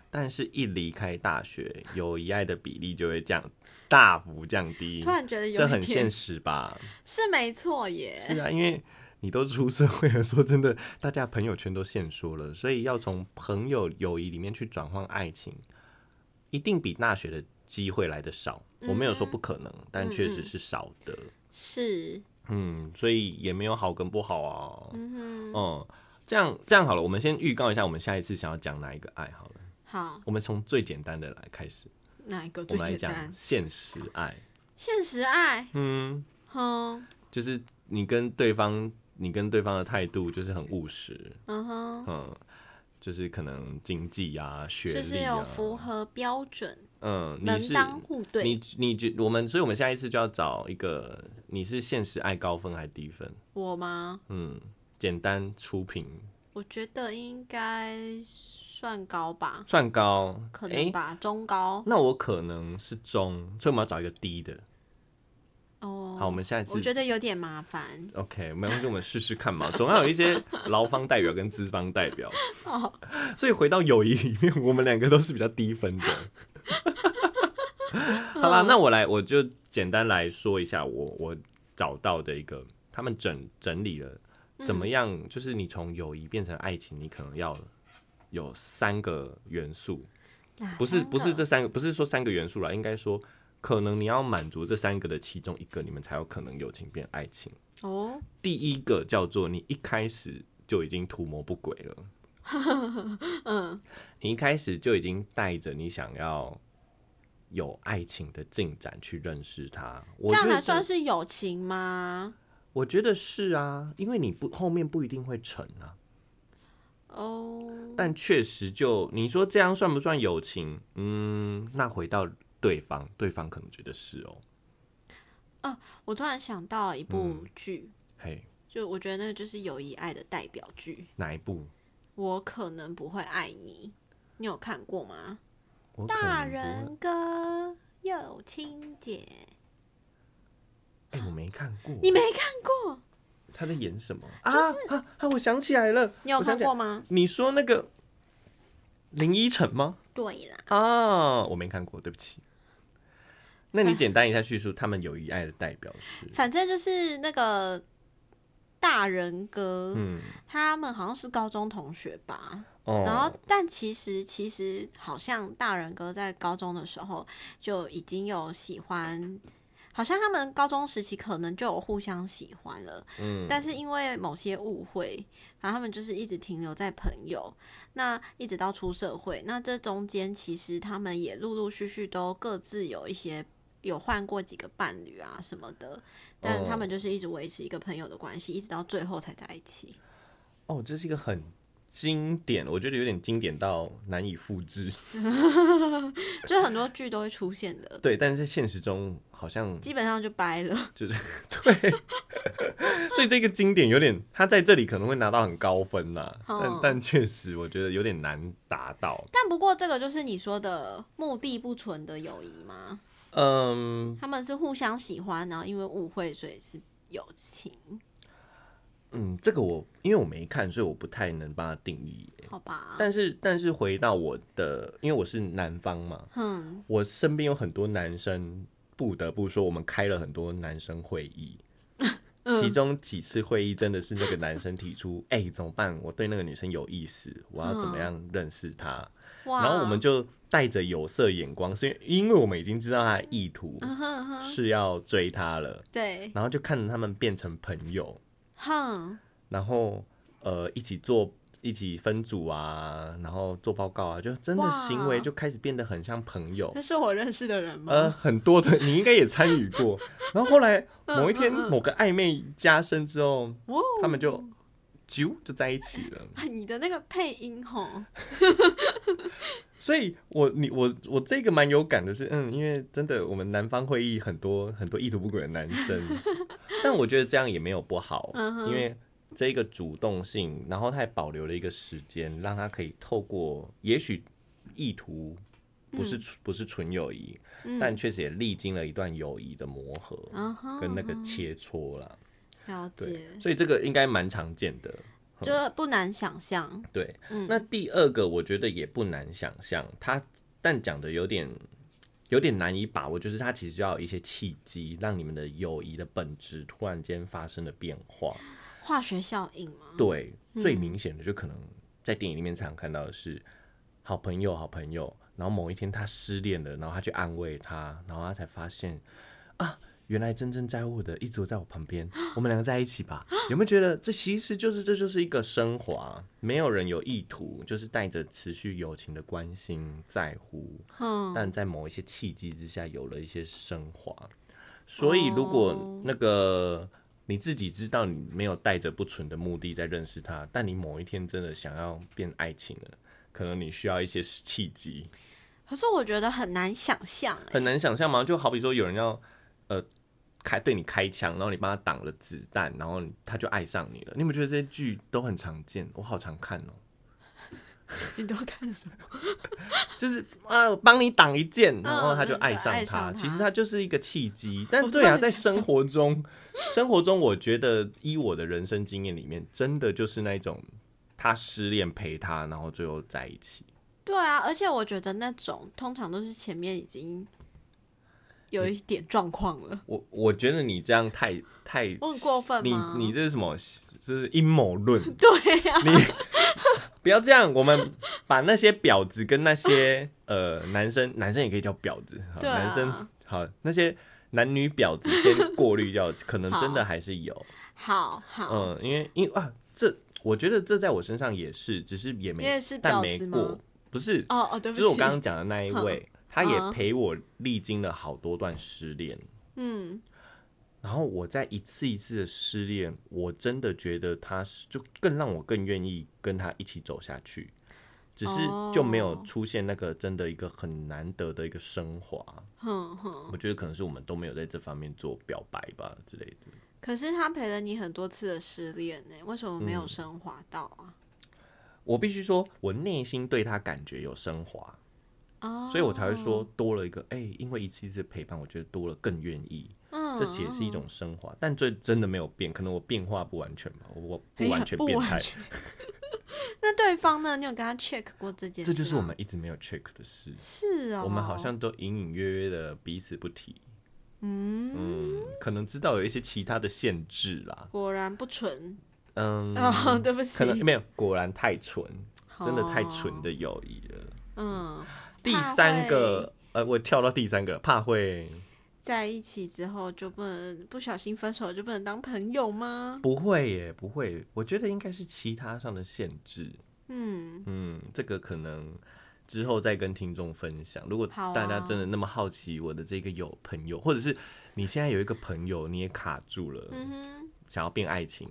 Speaker 1: 但是一离开大学，友谊爱的比例就会降，大幅降低
Speaker 2: 突。然觉得有
Speaker 1: 嗯这
Speaker 2: 一
Speaker 1: 很
Speaker 2: 点
Speaker 1: 现实吧？
Speaker 2: 是没错耶。
Speaker 1: 是啊，因为你都出社会了，说真的，大家朋友圈都限缩了，所以要从朋友友谊里面去转换爱情，一定比大学的机会来的少。
Speaker 2: 嗯
Speaker 1: 我没有说不可能，但确实是少的。
Speaker 2: 是，
Speaker 1: 嗯，所以也没有好跟不好啊。
Speaker 2: 嗯哼，
Speaker 1: 嗯，这样这样好了，我们先预告一下，我们下一次想要讲哪一个爱好了。
Speaker 2: 嗯好，
Speaker 1: 我们从最简单的来开始，
Speaker 2: 哪一
Speaker 1: 我
Speaker 2: 个哦最
Speaker 1: 们来
Speaker 2: 简
Speaker 1: 讲
Speaker 2: 单？
Speaker 1: 现实爱。
Speaker 2: 现实爱，
Speaker 1: 嗯，
Speaker 2: 哼，
Speaker 1: 就是你跟对方，你跟对方的态度就是很务实，
Speaker 2: 嗯哼，
Speaker 1: 嗯，就是可能经济啊、学
Speaker 2: 就
Speaker 1: 历
Speaker 2: 是
Speaker 1: 啊
Speaker 2: 有，符合标准，
Speaker 1: 嗯，你
Speaker 2: 门
Speaker 1: 是
Speaker 2: 当户对。
Speaker 1: 你你觉我们，所以我们下一次就要找一个，你是现实爱高分还是低分？
Speaker 2: 我吗？
Speaker 1: 嗯，简单初评
Speaker 2: 我觉得应该算高吧，
Speaker 1: 算高，
Speaker 2: 可
Speaker 1: 诶
Speaker 2: 能吧，中高。
Speaker 1: 那我可能是中，所以我们要找一个低的。
Speaker 2: 哦，
Speaker 1: 好，我们下一次
Speaker 2: 我觉得有点麻烦。
Speaker 1: OK，没关系，我们试试看嘛， <laughs> 总要有一些劳方代表跟资方代表。所以回到友谊里面，我们两个都是比较低分
Speaker 2: <laughs>
Speaker 1: 的。好
Speaker 2: 嗯
Speaker 1: 啦，那我来，我就简单来说一下我我找到的一个，他们整整理了怎么样，
Speaker 2: 嗯
Speaker 1: 就是你从友谊变成爱情，你可能要有三个元素，
Speaker 2: 哪
Speaker 1: 不是
Speaker 2: 啊三个
Speaker 1: 不是这三个，不是说三个元素啦，应该说可能你要满足这三个的其中一个，你们才有可能友情变爱情。
Speaker 2: 哦，
Speaker 1: 第一个叫做你一开始就已经图谋不轨了，
Speaker 2: <laughs>
Speaker 1: 嗯，你一开始就已经带着你想要有爱情的进展去认识他，我
Speaker 2: 这
Speaker 1: 觉
Speaker 2: 样
Speaker 1: 得
Speaker 2: 还算是友情吗？
Speaker 1: 我觉得是啊，因为你不后面不一定会成啊，
Speaker 2: 哦，
Speaker 1: 但确实就你说这样算不算友情？嗯，那回到对方，对方可能觉得是哦，
Speaker 2: 我突然想到一
Speaker 1: 嗯
Speaker 2: 部剧，
Speaker 1: 嘿，
Speaker 2: 就我觉得那个就是友谊爱的代表剧。
Speaker 1: 哪一步？
Speaker 2: 我可能不会爱你，你有看过吗？
Speaker 1: 我可能
Speaker 2: 大
Speaker 1: 不会
Speaker 2: 人哥友情姐，
Speaker 1: 哎、我没看过，
Speaker 2: 你没看过？
Speaker 1: 他在演什么、啊啊啊！我想起来了，
Speaker 2: 你有
Speaker 1: 我想
Speaker 2: 看
Speaker 1: 起来
Speaker 2: 过吗？
Speaker 1: 你说那个林依晨吗？
Speaker 2: 对啦，
Speaker 1: 啊，我没看过，对不起。那你简单一下叙述他们友谊爱的代表是？
Speaker 2: 反正就是那个大人哥，
Speaker 1: 嗯，
Speaker 2: 他们好像是高中同学吧？然
Speaker 1: 哦，
Speaker 2: 后，但其实其实好像大人哥在高中的时候就已经有喜欢，好像他们高中时期可能就有互相喜欢了，
Speaker 1: 嗯，
Speaker 2: 但是因为某些误会，然后他们就是一直停留在朋友，那一直到出社会，那这中间其实他们也陆陆续续都各自有一些。有换过几个伴侣啊什么的，但他
Speaker 1: 哦
Speaker 2: 们就是一直维持一个朋友的关系，一直到最后才在一起。
Speaker 1: 哦，这是一个很经典，我觉得有点经典到难以复制。 <laughs>
Speaker 2: 就很多剧都会出现的，
Speaker 1: 对，但是在现实中好像 <laughs>
Speaker 2: 基本上就掰了。 <laughs>
Speaker 1: 所以这个经典有点，他在这里可能会拿到很高分呐、但
Speaker 2: 哦
Speaker 1: 但确实我觉得有点难达到。
Speaker 2: 但不过这个就是你说的目的不纯的友谊吗？
Speaker 1: 嗯
Speaker 2: 他们是互相喜欢，然后因为误会，所以是友情，
Speaker 1: 嗯，这个我因为我没看，所以我不太能帮他定义。
Speaker 2: 好吧？
Speaker 1: 但是但是回到我的，因为我是男方嘛，
Speaker 2: 哼，
Speaker 1: 我身边有很多男生，不得不说，我们开了很多男生会议，其中几次会议真的是那个男生提出，哎、怎么办？我对那个女生有意思，我要怎么样认识她？
Speaker 2: 哇，
Speaker 1: 然后我们就带着有色眼光，是因为因为我们已经知道她的意图
Speaker 2: 嗯
Speaker 1: 是要追她了，
Speaker 2: 对，
Speaker 1: 然后就看着他们变成朋友，
Speaker 2: 哼，
Speaker 1: 然后呃一起做一起分组啊，然后做报告啊，就真的
Speaker 2: 哇
Speaker 1: 行为就开始变得很像朋友。
Speaker 2: 那是我认识的人吗？
Speaker 1: 呃，很多的你应该也参与过。然后后来某一天某个暧昧加深之后，
Speaker 2: 哦，
Speaker 1: 他们就啾就在一起了。
Speaker 2: 啊你的那个配音吼，
Speaker 1: 所以我你我我这个蛮有感的是，嗯，因为真的我们南方会议很多很多意图不轨的男生，但我觉得这样也没有不好，因为这个主动性，然后他还保留了一个时间，让他可以透过也许意图不是、不是纯友谊，但确实也历经了一段友谊的磨合
Speaker 2: 嗯嗯哼
Speaker 1: 跟那个切磋啦。
Speaker 2: 了
Speaker 1: 对
Speaker 2: 解，，
Speaker 1: 所以这个应该蛮常见的。
Speaker 2: 就不难想象。
Speaker 1: 对，
Speaker 2: 嗯
Speaker 1: 那第二个我觉得也不难想象，他但讲的有点有点难以把握，就是他其实要有一些契机，让你们的友谊的本质突然间发生了变化。
Speaker 2: 化学效应吗？
Speaker 1: 对，最明显的就可能在电影里面常看到的是好朋友，好朋友，然后某一天他失恋了，然后他去安慰他，然后他才发现啊，原来真正在乎我的一直都在我旁边，我们两个在一起吧。有没有觉得这其实就是这就是一个升华？没有人有意图，就是带着持续友情的关心在乎，
Speaker 2: 嗯，
Speaker 1: 但在某一些契机之下有了一些升华。所以，如果那个你自己知道你没有带着不纯的目的在认识他，但你某一天真的想要变爱情了，可能你需要一些契机，
Speaker 2: 可是我觉得很难想象、欸，
Speaker 1: 很难想象嘛。就好比说有人要呃开对你开枪，然后你帮他挡了子弹，然后他就爱上你了。你有没有觉得这些剧都很常见？我好常看哦。
Speaker 2: 你都看什么？
Speaker 1: 就是啊，我帮你挡一箭，然后他就
Speaker 2: 嗯
Speaker 1: 爱上
Speaker 2: 爱上
Speaker 1: 他。
Speaker 2: 他
Speaker 1: 其实他就是一个契机，但
Speaker 2: 突
Speaker 1: 对啊，
Speaker 2: 然
Speaker 1: 在
Speaker 2: 想
Speaker 1: 生活中， <laughs> 生活中我觉得依我的人生经验里面，真的就是那一种他失恋陪他，然后最后在一起。
Speaker 2: 对啊，而且我觉得那种通常都是前面已经有
Speaker 1: 嗯
Speaker 2: 一点状况
Speaker 1: <laughs>
Speaker 2: 了。
Speaker 1: 我我觉得你这样太太，
Speaker 2: 我很过分
Speaker 1: 你
Speaker 2: 吗
Speaker 1: 你这是什么？这是阴谋论。 <laughs>
Speaker 2: 对啊呀、
Speaker 1: 你不要这样，我们把那些婊子跟那些 <laughs> 呃男生，男生也可以叫婊子，好
Speaker 2: 对啊
Speaker 1: 男生好那些男女婊子先过滤掉，可能真的还是有，
Speaker 2: 好好，
Speaker 1: 嗯，因为因为啊，这我觉得这在我身上也是，只是也没
Speaker 2: 你也是
Speaker 1: 但
Speaker 2: 婊
Speaker 1: 没
Speaker 2: 子吗
Speaker 1: 过，不是，
Speaker 2: 哦哦，
Speaker 1: 就
Speaker 2: 对不起，
Speaker 1: 是我刚刚讲的那一位，他也
Speaker 2: 嗯
Speaker 1: 陪我历经了好多段失恋，
Speaker 2: 嗯，
Speaker 1: 然后我在一次一次的失恋，我真的觉得他是就更让我更愿意跟他一起走下去，只是就没有
Speaker 2: 哦
Speaker 1: 出现那个真的一个很难得的一个升华。
Speaker 2: 哼哼。
Speaker 1: 我觉得可能是我们都没有在这方面做表白吧之类的。
Speaker 2: 可是他陪了你很多次的失恋呢、为什么
Speaker 1: 嗯
Speaker 2: 没有升华到啊？
Speaker 1: 我必须说，我内心对他感觉有升华，
Speaker 2: 哦，
Speaker 1: 所以我才会说多了一个哎、因为一次一次陪伴，我觉得多了更愿意，
Speaker 2: 嗯，嗯，
Speaker 1: 这也是一种升华。但最真的没有变，可能我变化不完全吧，我我
Speaker 2: 哎
Speaker 1: 不
Speaker 2: 呀
Speaker 1: 完全
Speaker 2: 不
Speaker 1: 变
Speaker 2: 完
Speaker 1: 态，
Speaker 2: 全 <laughs> 那对方呢？你有跟他 check 过这件事？
Speaker 1: 这就是我们。一直没有 check 的事。
Speaker 2: 是哦，
Speaker 1: 我们好像都隐隐约约的彼此不提。嗯可能知道有一些其他的限制啦。
Speaker 2: 果然不纯
Speaker 1: 嗯，
Speaker 2: 哦， <laughs> 对不起，
Speaker 1: 可能没有，果然太纯，真的太纯
Speaker 2: 哦。
Speaker 1: 的友谊了。
Speaker 2: 嗯，
Speaker 1: 第三个，呃，我跳到第三个，怕会
Speaker 2: 在一起之后就不能不小心分手就不能当朋友吗？
Speaker 1: 不会耶？不会，我觉得应该是其他上的限制。
Speaker 2: 嗯，
Speaker 1: 嗯，这个可能。之后再跟听众分享。如果
Speaker 2: 好啊
Speaker 1: 大家真的那么好奇我的这个有朋友，或者是你现在有一个朋友你也卡住了，
Speaker 2: 嗯哼，
Speaker 1: 想要变爱
Speaker 2: <laughs>
Speaker 1: 情，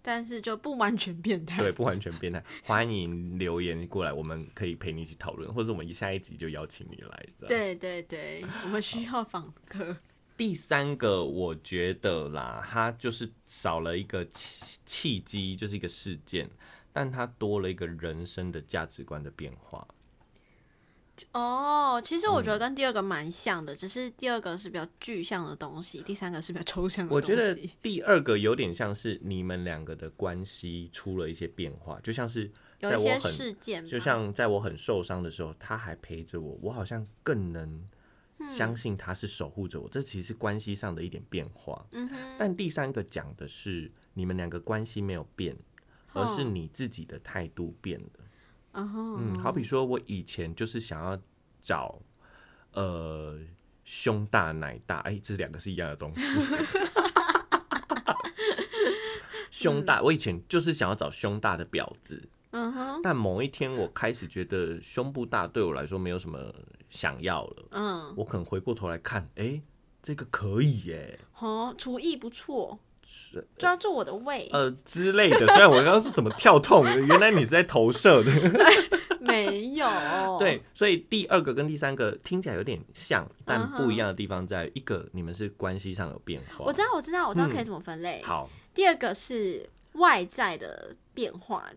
Speaker 2: 但是就不完全变态。
Speaker 1: 对，不完全变态，欢迎留言过来，我们可以陪你一起讨论，或者我们下一集就邀请你来。这样，
Speaker 2: 对对对，我们需要访客。
Speaker 1: 第三个我觉得啦，它就是少了一个契契机，就是一个事件，但它多了一个人生的价值观的变化。
Speaker 2: 哦，其实我觉得跟第二个蛮像的，只是第二个是比较具象的东西，第三个是比较抽象的
Speaker 1: 我
Speaker 2: 东西。
Speaker 1: 觉得第二个有点像是你们两个的关系出了一些变化，就像是
Speaker 2: 有
Speaker 1: 在
Speaker 2: 一
Speaker 1: 我
Speaker 2: 些
Speaker 1: 很
Speaker 2: 事件吧，
Speaker 1: 就像在我很受伤的时候，他还陪着我，我好像更能
Speaker 2: 嗯
Speaker 1: 相信他是守护着我。这其实是关系上的一点变化。
Speaker 2: 嗯哼，
Speaker 1: 但第三个讲的是你们两个关系没有变，而是你自己的态度变了。
Speaker 2: 然后
Speaker 1: 嗯，好比说我以前就是想要找呃胸大奶大，哎、这两个是一样的东西。胸大，我以前就是想要找胸大的婊子，
Speaker 2: 嗯哼，
Speaker 1: 但某一天我开始觉得胸部大对我来说没有什么想要了，
Speaker 2: 嗯，
Speaker 1: 我可能回过头来看，哎、这个可以耶、
Speaker 2: 哦，厨艺不错，抓住我的胃，
Speaker 1: 呃之类的。虽然我刚刚是怎么跳痛的，原来你是在投射的。，
Speaker 2: 没 <laughs> 有
Speaker 1: <laughs> 对，所以第二个跟第三个听起来有点像，
Speaker 2: 嗯
Speaker 1: 但不一样的地方在于一个你们是关系上有变化。
Speaker 2: 我知道，我知道，我知道可以怎么分类。
Speaker 1: 好，
Speaker 2: 第二个是外在的变化，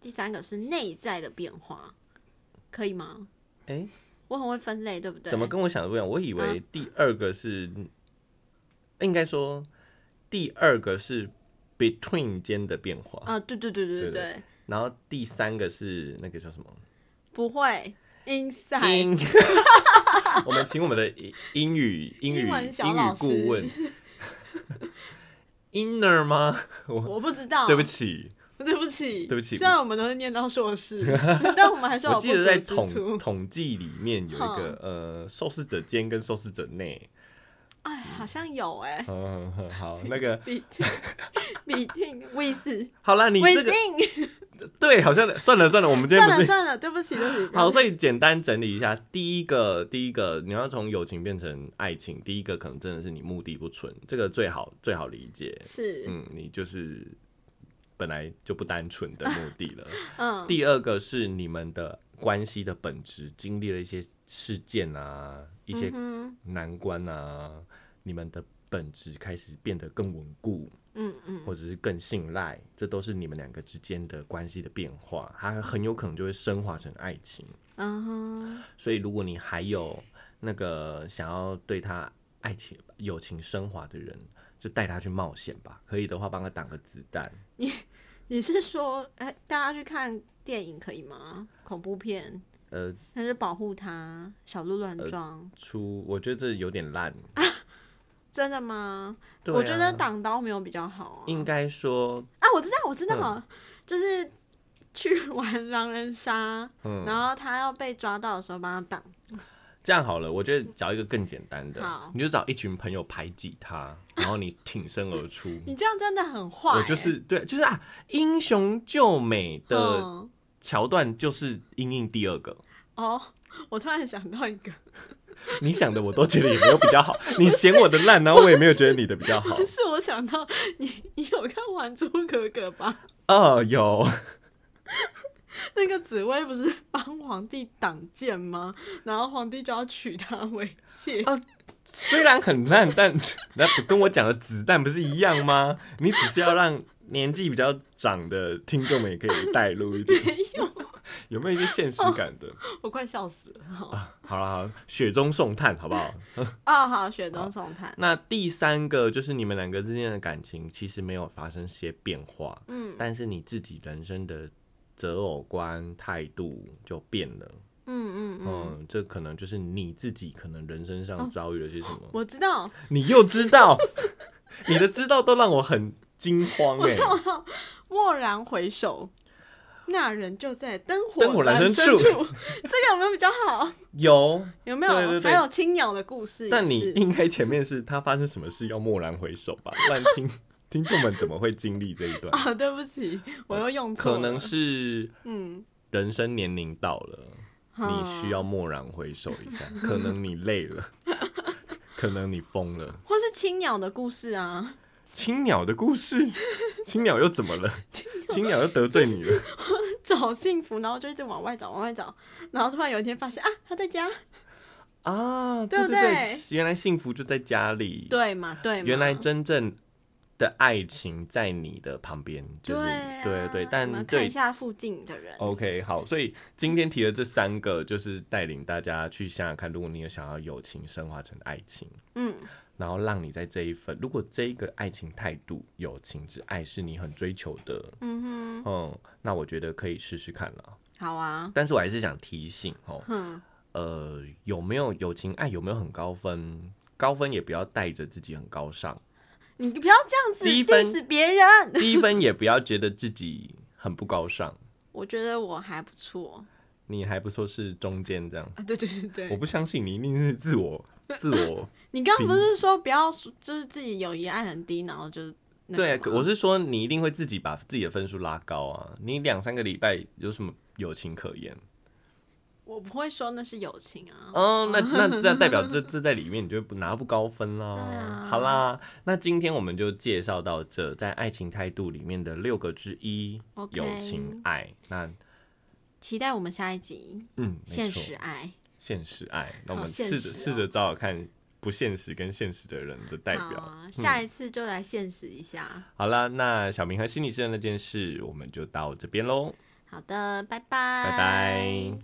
Speaker 2: 第三个是内在的变化，可以吗？
Speaker 1: 哎、
Speaker 2: 我很会分类，对不对？嗯
Speaker 1: 怎么跟我想的不一样？我以为第二个是，应该说第二个是 between 间的变化，
Speaker 2: 啊，对对对对
Speaker 1: 对对
Speaker 2: 对，
Speaker 1: 然后第三个是那个叫什么？
Speaker 2: 不会，inside，
Speaker 1: 英，我们请我们的英英语英语
Speaker 2: 英文小
Speaker 1: 英
Speaker 2: 老
Speaker 1: 语
Speaker 2: 师
Speaker 1: 顾问，inner 吗？我
Speaker 2: 我不知道，
Speaker 1: 对不，起，
Speaker 2: 对不起，
Speaker 1: 对不起
Speaker 2: 虽然我们都是念到硕士， <laughs> 但我们还是有
Speaker 1: 我
Speaker 2: 啊不
Speaker 1: 记得
Speaker 2: 足
Speaker 1: 在
Speaker 2: 之
Speaker 1: 统
Speaker 2: 处。
Speaker 1: 统计里面有一个呃受试者间跟受试者内，
Speaker 2: 哎，好像有哎
Speaker 1: 嗯， <laughs> 嗯好，那个
Speaker 2: <laughs> ，between between with
Speaker 1: 好啦，你这个 <laughs>
Speaker 2: within，
Speaker 1: 对，好像算了算了，我们今天
Speaker 2: 算
Speaker 1: 不
Speaker 2: 了
Speaker 1: 是
Speaker 2: 算了，对不起对不起，
Speaker 1: 好，所以简单整理一下，第一个第一个你要从友情变成爱情，第一个可能真的是你目的不纯，这个最好最好理解，
Speaker 2: 是
Speaker 1: 嗯，你就是本来就不单纯的目的了。
Speaker 2: <laughs> 嗯
Speaker 1: 第二个是你们的关系的本质经历了一些事件啊，一些
Speaker 2: 嗯
Speaker 1: 难关啊，你们的本质开始变得更稳固，
Speaker 2: 嗯嗯
Speaker 1: 或者是更信赖，这都是你们两个之间的关系的变化，它很有可能就会升华成爱情。
Speaker 2: 嗯哼
Speaker 1: 所以如果你还有那个想要对他爱情、友情升华的人，就带他去冒险吧，可以的话帮他挡个子弹。
Speaker 2: 你是说，哎，大家去看电影可以吗？恐怖片，
Speaker 1: 呃，
Speaker 2: 但是保护他，小鹿乱撞，
Speaker 1: 出我觉得这有点烂。
Speaker 2: 真的吗？
Speaker 1: 对
Speaker 2: 我觉得
Speaker 1: 啊
Speaker 2: 挡刀没有比较好啊。
Speaker 1: 应该说，
Speaker 2: 啊，我知道，我知道，
Speaker 1: 嗯
Speaker 2: 就是去玩狼人杀，
Speaker 1: 嗯，
Speaker 2: 然后他要被抓到的时候帮他挡。
Speaker 1: 这样好了，我觉得找一个更简单的
Speaker 2: 好，
Speaker 1: 你就找一群朋友排挤他，然后你挺身而出。
Speaker 2: 你这样真的很坏、
Speaker 1: 我就是对，就是啊，英雄救美的
Speaker 2: 嗯、
Speaker 1: 桥段就是英英第二个。
Speaker 2: 哦，我突然想到一个，
Speaker 1: 你想的我都觉得也没有比较好，你嫌我的烂，然啊后我也没有觉得你的比较好。
Speaker 2: 是我想到你，你有看《还珠格格》吧？
Speaker 1: 哦，有，
Speaker 2: <laughs> 那个紫薇不是帮皇帝挡箭吗？然后皇帝就要娶她为妾。
Speaker 1: 虽然很烂，但 <laughs> 那不跟我讲的子弹不是一样吗？你只是要让年纪比较长的听众们也可以带入一点，有没有一些现实感的？
Speaker 2: 我快笑死了。
Speaker 1: 好了，好啦，雪中送炭，好不好？
Speaker 2: 哦，好，雪中送炭。
Speaker 1: 那第三个就是你们两个之间的感情其实没有发生些变化，
Speaker 2: 嗯
Speaker 1: 但是你自己人生的择偶观、态度就变了。
Speaker 2: 嗯嗯嗯，
Speaker 1: 嗯，这可能就是你自己可能人生上遭遇了些什么。
Speaker 2: 我知道，
Speaker 1: 你又知道， <laughs> 你的知道都让我很惊慌哎、
Speaker 2: 蓦然回首，那人就在灯火
Speaker 1: 灯火阑
Speaker 2: 深
Speaker 1: 珊处
Speaker 2: 这个有没有比较好？
Speaker 1: 有，
Speaker 2: 有没有？
Speaker 1: 对对对
Speaker 2: 还有青鸟的故事也是，
Speaker 1: 但你应该前面是他发生什么事要蓦然回首
Speaker 2: <laughs>
Speaker 1: 吧，不然听听众们怎么会经历这一段？
Speaker 2: 啊，对不起，我又用错了，
Speaker 1: 可能是
Speaker 2: 嗯，
Speaker 1: 人生年龄到了，你需要
Speaker 2: 嗯，
Speaker 1: 蓦然回首一
Speaker 2: <laughs>
Speaker 1: 下，可能你累了， <laughs> 可能你疯了。
Speaker 2: 或是青鸟的故事啊，
Speaker 1: 青鸟的故
Speaker 2: <laughs>
Speaker 1: 事，青鸟又怎么了？青鸟又得罪你
Speaker 2: <laughs>
Speaker 1: 了。
Speaker 2: 找幸福，然后就一直往外找，往外找，然后突然有一天发现啊，他在家，
Speaker 1: 啊，
Speaker 2: 对
Speaker 1: 对
Speaker 2: 不对
Speaker 1: 对，原来幸福就在家里。，
Speaker 2: 对嘛，对嘛，
Speaker 1: 原来真正的爱情在你的旁边，就是
Speaker 2: 对啊
Speaker 1: 对对，
Speaker 2: 我
Speaker 1: 但
Speaker 2: 们看一
Speaker 1: 对。
Speaker 2: 下附近的人，
Speaker 1: OK，好，所以今天提的这三个，就是带领大家去想想看，如果你有想要友情升华成爱情，
Speaker 2: 嗯，
Speaker 1: 然后让你在这一份，如果这一个爱情态度、友情之爱是你很追求的，
Speaker 2: 嗯
Speaker 1: 嗯，那我觉得可以试试看了。
Speaker 2: 哼，好啊，
Speaker 1: 但是我还是想提醒哦，
Speaker 2: 哼，
Speaker 1: 呃，有没有友情爱有没有很高分？高分也不要带着自己很高尚，
Speaker 2: 你不要这样子
Speaker 1: 第一分
Speaker 2: diss
Speaker 1: <laughs>
Speaker 2: 别人，
Speaker 1: 低分也不要觉得自己很不高尚。 <laughs>
Speaker 2: 我觉得我还不错
Speaker 1: 你还不说是中间这样，
Speaker 2: 啊，对对对对
Speaker 1: 我，不相信你一定是自 <laughs> 我自我。
Speaker 2: 你刚刚不是说不要说，就是自己友谊爱很低，然后就是那个
Speaker 1: 对
Speaker 2: 吗，
Speaker 1: 我是说你一定会自己把自己的分数拉高啊！你两三个礼拜有什么友情可言？
Speaker 2: 我不会说那是友情啊。
Speaker 1: 嗯，那那这代表 <laughs> 这这在里面你就不拿不高分啦。
Speaker 2: 对啊
Speaker 1: 好啦，那今天我们就介绍到这，在爱情态度里面的六个之一
Speaker 2: OK
Speaker 1: 友情爱。那
Speaker 2: 期待我们下一集
Speaker 1: 嗯，没
Speaker 2: 现
Speaker 1: 错
Speaker 2: 实，爱
Speaker 1: 现实爱。那我们
Speaker 2: 好现
Speaker 1: 试着
Speaker 2: 实哦
Speaker 1: 试着找找看不现实跟现实的人的代
Speaker 2: 好
Speaker 1: 表。嗯
Speaker 2: 啊下一次就来现实一下。
Speaker 1: 好啦，那小明和心理师的那件事，我们就到这边喽，
Speaker 2: 好的，拜拜，
Speaker 1: 拜拜。